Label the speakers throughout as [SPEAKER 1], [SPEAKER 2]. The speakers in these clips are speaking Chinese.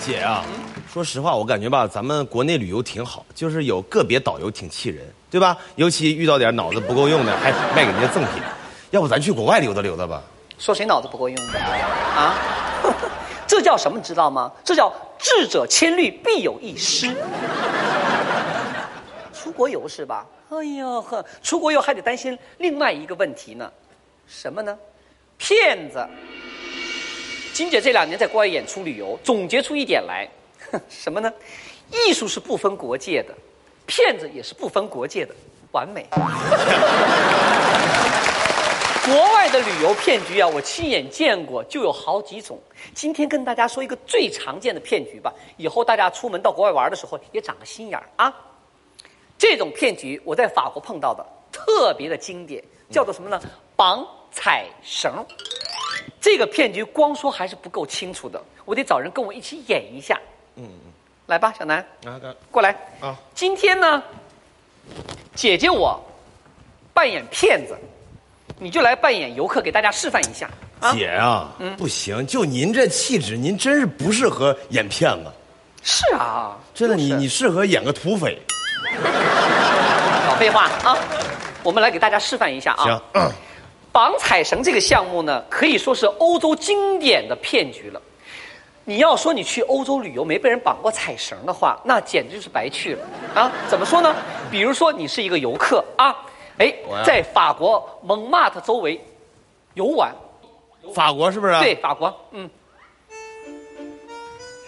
[SPEAKER 1] 姐啊，说实话，我感觉吧，咱们国内旅游挺好，就是有个别导游挺气人，对吧？尤其遇到点脑子不够用的，还卖给人家赠品。要不咱去国外溜达溜达吧？
[SPEAKER 2] 说谁脑子不够用的啊？ 这叫什么？你知道吗？这叫智者千虑，必有一失。出国游是吧？哎呦呵，出国游还得担心另外一个问题呢，什么呢？骗子。金姐这两年在国外演出旅游，总结出一点来， 什么呢？艺术是不分国界的，骗子也是不分国界的，完美。国外的旅游骗局啊，我亲眼见过，就有好几种。今天跟大家说一个最常见的骗局吧，以后大家出门到国外玩的时候也长个心眼儿啊。这种骗局我在法国碰到的，特别的经典，叫做什么呢？绑彩绳。这个骗局光说还是不够清楚的，我得找人跟我一起演一下。嗯嗯，来吧，小南，
[SPEAKER 1] 啊，
[SPEAKER 2] 过来
[SPEAKER 1] 啊。
[SPEAKER 2] 今天呢，姐姐我扮演骗子，你就来扮演游客，给大家示范一下。啊，
[SPEAKER 1] 姐啊，不行，就您这气质，您真是不适合演骗子。
[SPEAKER 2] 是啊，
[SPEAKER 1] 真的，
[SPEAKER 2] 就
[SPEAKER 1] 你
[SPEAKER 2] 是
[SPEAKER 1] 你适合演个土匪。
[SPEAKER 2] 少废话啊！我们来给大家示范一下啊。
[SPEAKER 1] 行，
[SPEAKER 2] 绑彩绳这个项目呢，可以说是欧洲经典的骗局了。你要说你去欧洲旅游没被人绑过彩绳的话，那简直就是白去了啊！怎么说呢？比如说你是一个游客啊，哎
[SPEAKER 1] 我呀，
[SPEAKER 2] 在法国蒙马特周围游玩，
[SPEAKER 1] 法国是不啊是？
[SPEAKER 2] 对，。法国，嗯，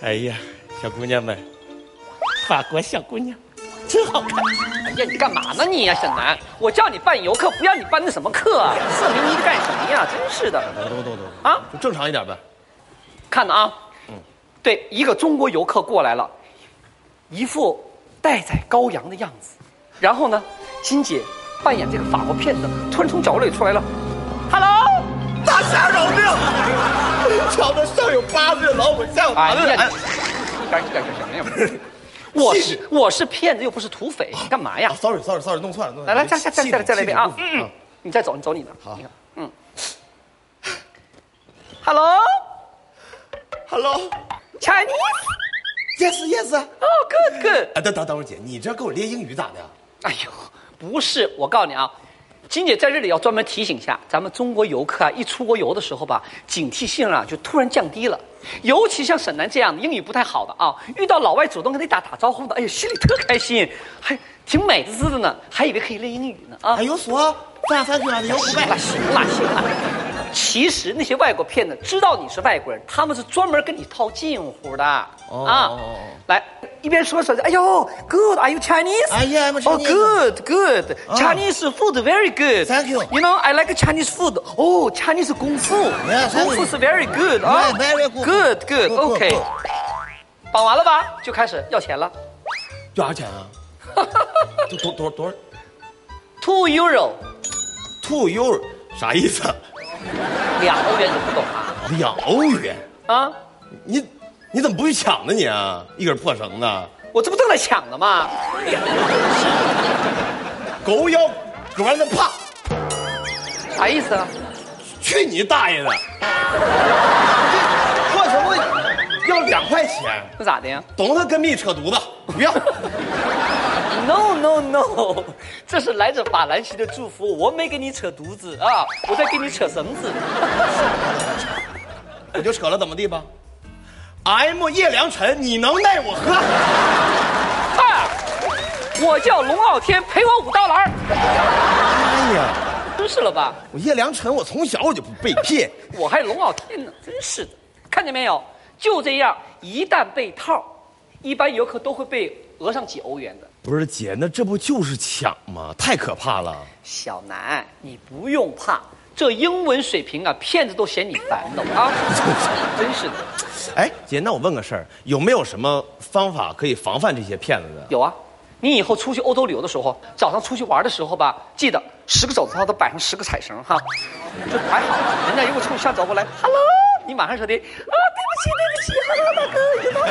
[SPEAKER 1] 哎呀，小姑娘们，法国小姑娘，
[SPEAKER 2] 哎呀，你干嘛呢你呀、沈南？我叫你办游客，不要你办那什么课啊？色迷迷的干什么呀？真是的。
[SPEAKER 1] 懂懂懂懂
[SPEAKER 2] 啊，
[SPEAKER 1] 就正常一点呗。
[SPEAKER 2] 看啊，对，一个中国游客过来了，一副待宰羔羊的样子。然后呢，金姐扮演这个法国骗子，突然从角落里出来了，Hello，
[SPEAKER 1] 大侠饶命！桥头上有八只老虎，下有
[SPEAKER 2] 哎
[SPEAKER 1] 八只
[SPEAKER 2] 呀，你干干什么呀？ 我是我是骗子，又不是土匪，干嘛呀
[SPEAKER 1] 啊？，sorry sorry sorry，弄错了，弄错
[SPEAKER 2] 来
[SPEAKER 1] 了。
[SPEAKER 2] 来，再再再再再来一遍啊！
[SPEAKER 1] 嗯，
[SPEAKER 2] 嗯，你再走，你走你的。
[SPEAKER 1] 好
[SPEAKER 2] 你看嗯。Hello,
[SPEAKER 1] Hello。
[SPEAKER 2] Chinese.
[SPEAKER 1] Yes, yes。
[SPEAKER 2] Oh, good, good.
[SPEAKER 1] 啊，等等等会儿，姐，你这跟我练英语咋的？
[SPEAKER 2] 哎呦，不是，我告诉你啊，金姐在这里要专门提醒一下，咱们中国游客啊，一出国游的时候吧，警惕性啊就突然降低了。尤其像沈南这样的英语不太好的啊，遇到老外主动跟你打打招呼的，哎呦，心里特开心，还挺美滋滋的呢，还以为可以练英语呢啊。
[SPEAKER 1] 哎有锁，咱俩三去了，有不
[SPEAKER 2] 行了，行了，行了。其实那些外国骗子知道你是外国人，他们是专门跟你套近乎的、
[SPEAKER 1] 哦
[SPEAKER 2] 啊
[SPEAKER 1] 哦哦。
[SPEAKER 2] 来，一边说说，哎呦，good，are you Chinese？
[SPEAKER 1] 哎呀，I'm
[SPEAKER 2] Oh,
[SPEAKER 1] Chinese
[SPEAKER 2] good, good.
[SPEAKER 1] 啊
[SPEAKER 2] Chinese food very good.
[SPEAKER 1] Thank you.
[SPEAKER 2] You know, I like Chinese food. Oh, Chinese 功夫
[SPEAKER 1] Yeah, thank
[SPEAKER 2] 功
[SPEAKER 1] you.
[SPEAKER 2] 夫是 very good 啊。
[SPEAKER 1] Yeah, very good.
[SPEAKER 2] Good, good.
[SPEAKER 1] Good, good,
[SPEAKER 2] OK.
[SPEAKER 1] good.
[SPEAKER 2] 绑完了吧，就开始要钱了。
[SPEAKER 1] 多少钱啊？多多多多少
[SPEAKER 2] Two euro，
[SPEAKER 1] ？Two euro 啥意思？
[SPEAKER 2] 两欧元你不懂啊？
[SPEAKER 1] 两欧元？
[SPEAKER 2] 啊，
[SPEAKER 1] 你你怎么不去抢呢你啊？一根破绳子，
[SPEAKER 2] 我这不正在抢呢吗？
[SPEAKER 1] 狗咬狗让人怕，
[SPEAKER 2] 啥意思啊？
[SPEAKER 1] 去你大爷的！破什么要两块钱？
[SPEAKER 2] 那咋的呀
[SPEAKER 1] 懂他跟屁扯犊子，不要。
[SPEAKER 2] ？No no no，这 是来自法兰西的祝福，我没给你扯犊子啊，我在给你扯绳子。
[SPEAKER 1] 我就扯了怎么地吧？M 叶良辰，你能奈我何？
[SPEAKER 2] 二，我叫龙傲天，赔我五刀篮儿，
[SPEAKER 1] 哎呀，
[SPEAKER 2] 真是了吧？
[SPEAKER 1] 我叶良辰，我从小我就不被骗。
[SPEAKER 2] 我还龙傲天呢，真是的，看见没有？就这样，一旦被套，一般游客都会被讹上几欧元的。
[SPEAKER 1] 不是姐，那这不就是抢吗？太可怕了！
[SPEAKER 2] 小南，你不用怕，这英文水平啊，骗子都嫌你烦的啊！真是的，
[SPEAKER 1] 哎，姐，那我问个事儿，有没有什么方法可以防范这些骗子的？
[SPEAKER 2] 有啊。你以后出去欧洲旅游的时候，早上出去玩的时候吧，记得十个肘子上都摆上十个彩绳哈，就摆好了。人家如果冲你向走过来，Hello，你马上说的啊，对不起，对不起，Hello 大哥，你好。